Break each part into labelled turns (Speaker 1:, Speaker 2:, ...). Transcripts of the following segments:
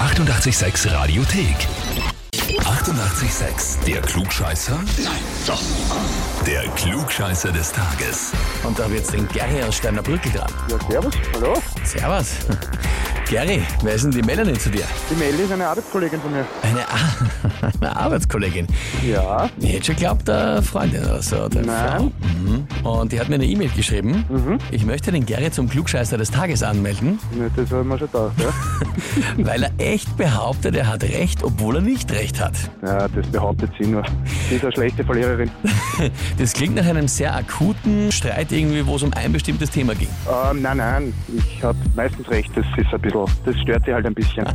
Speaker 1: 886 Radiothek. 88,6. Der Klugscheißer? Nein, doch. Der Klugscheißer des Tages.
Speaker 2: Und da wird's den Gary aus Steinerbrückel dran.
Speaker 3: Ja, servus, hallo.
Speaker 2: Servus. Gary, wer ist denn die Melanie zu dir?
Speaker 3: Die Melli ist eine Arbeitskollegin von mir.
Speaker 2: Eine, Ar- eine Arbeitskollegin.
Speaker 3: Ja,
Speaker 2: Ich hätte schon geglaubt, eine Freundin oder so. Oder eine
Speaker 3: Nein. Mhm.
Speaker 2: Frau. Mhm. Und die hat mir eine E-Mail geschrieben. Ich möchte den Gary zum Klugscheißer des Tages anmelden,
Speaker 3: ne, das haben wir schon gedacht, ja.
Speaker 2: weil er echt behauptet, er hat recht, obwohl er nicht recht hat.
Speaker 3: ja das behauptet sie nur. Sie ist eine schlechte Verliererin.
Speaker 2: Das klingt nach einem sehr akuten Streit irgendwie, wo es um ein bestimmtes Thema ging.
Speaker 3: Ähm, nein, nein, ich habe meistens recht, das ist ein bisschen, das stört sie halt ein bisschen.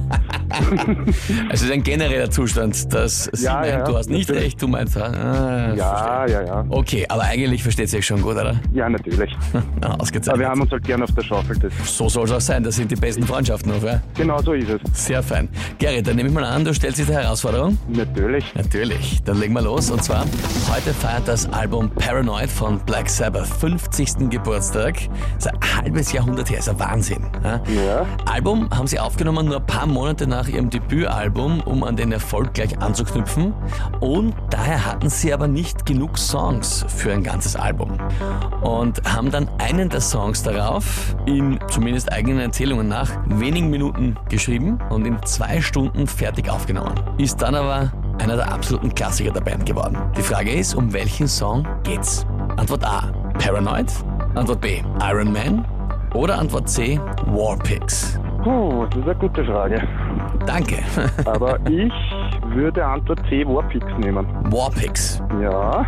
Speaker 2: Also es ist ein genereller Zustand, dass sie
Speaker 3: Ja,
Speaker 2: meint,
Speaker 3: ja,
Speaker 2: du hast nicht
Speaker 3: natürlich.
Speaker 2: recht, du meinst... Ah,
Speaker 3: Ja, ja, ja.
Speaker 2: Okay, aber eigentlich versteht sich schon gut, oder?
Speaker 3: Ja, natürlich.
Speaker 2: Na,
Speaker 3: Aber wir
Speaker 2: Ausgezeichnet.
Speaker 3: haben uns halt gern auf der Schaufel. Das,
Speaker 2: So soll es auch sein, das sind die besten Freundschaften noch, ja?
Speaker 3: genau so ist es.
Speaker 2: Sehr fein. Gerrit, dann nehme ich mal an, du stellst dich der Herausforderung?
Speaker 3: Natürlich.
Speaker 2: Natürlich. Dann legen wir los. Und zwar, heute feiert das Album Paranoid von Black Sabbath 50. Geburtstag. Das ist ein halbes Jahrhundert her, ist ein Wahnsinn. Ja?
Speaker 3: Ja.
Speaker 2: Album haben sie aufgenommen nur ein paar Monate nach ihrem Debütalbum, um an den Erfolg gleich anzuknüpfen. Und daher hatten sie aber nicht genug Songs für ein ganzes Album. Und haben dann einen der Songs darauf, in zumindest eigenen Erzählungen nach, wenigen Minuten geschrieben und in zwei Stunden fertig aufgenommen. Ist dann aber einer der absoluten Klassiker der Band geworden. Die Frage ist, um welchen Song geht's? Antwort A. Paranoid. Antwort B. Iron Man. Oder Antwort C, Warpix.
Speaker 3: Puh, das ist eine gute Frage.
Speaker 2: Danke.
Speaker 3: Aber ich würde Antwort C Warpix nehmen.
Speaker 2: Warpix.
Speaker 3: Ja,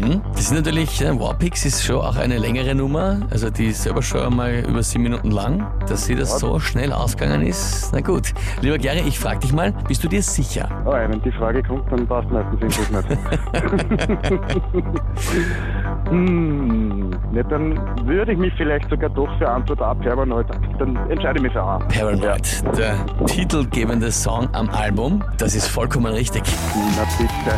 Speaker 2: Mhm. Das sind natürlich, äh, Warpix ist schon auch eine längere Nummer. Also die ist selber schon einmal über sieben Minuten lang. Dass sie das so schnell ausgegangen ist. Na gut. Lieber Gary, ich frage dich mal, bist du dir sicher?
Speaker 3: oh, wenn die Frage kommt, dann passt meistens irgendwas nicht. hm, ja, dann würde ich mich vielleicht sogar doch für Antwort A permanent. Dann entscheide ich mich für A.
Speaker 2: Paranoid, der titelgebende Song am Album. Das ist vollkommen richtig.
Speaker 3: Na bitte.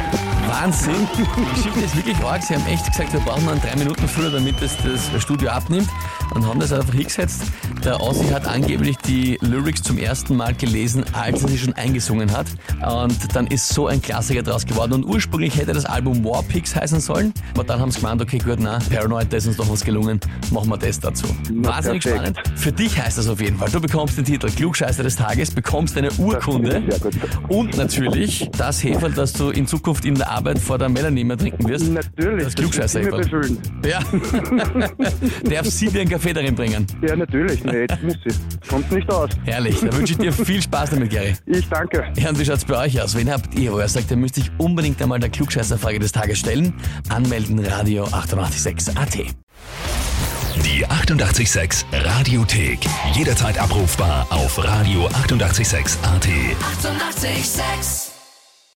Speaker 2: Wahnsinn! Die Geschichte ist wirklich arg. Sie haben echt gesagt, wir brauchen nur einen 3-Minuten-Füller, damit das, das Studio abnimmt und haben das einfach hingesetzt. Der Ossi hat angeblich die Lyrics zum ersten Mal gelesen, als er sie schon eingesungen hat. Und dann ist so ein Klassiker draus geworden. Und ursprünglich hätte das Album War Pigs heißen sollen. Aber dann haben sie gemeint, okay, gut, na, Paranoid, da ist uns doch was gelungen. Machen wir das dazu.
Speaker 3: Na,
Speaker 2: Wahnsinnig
Speaker 3: perfekt.
Speaker 2: spannend. Für dich heißt das auf jeden Fall. Du bekommst den Titel Klugscheißer des Tages, bekommst eine Urkunde.
Speaker 3: Sehr gut.
Speaker 2: Und natürlich das Heferl, das du in Zukunft in der Arbeit vor der Melanie mehr trinken wirst. Das
Speaker 3: Natürlich. muss ich mir
Speaker 2: Klugscheißer.
Speaker 3: befüllen.
Speaker 2: Ja. Darf sie dir einen Kaffee darin bringen?
Speaker 3: Ja, natürlich. Nee, jetzt muss ich. Kommt nicht aus.
Speaker 2: Herrlich. Da wünsche ich dir viel Spaß damit, Gary.
Speaker 3: Ich danke.
Speaker 2: Ja, und wie schaut's bei euch aus? Wen habt ihr, wo ihr sagt, ihr müsst euch unbedingt einmal der Klugscheißerfrage des Tages stellen? Anmelden, Radio 886 AT.
Speaker 1: Die 88,6 Radiothek. Jederzeit abrufbar auf radio886.at. 88,6.
Speaker 4: Eighty-eight, sex.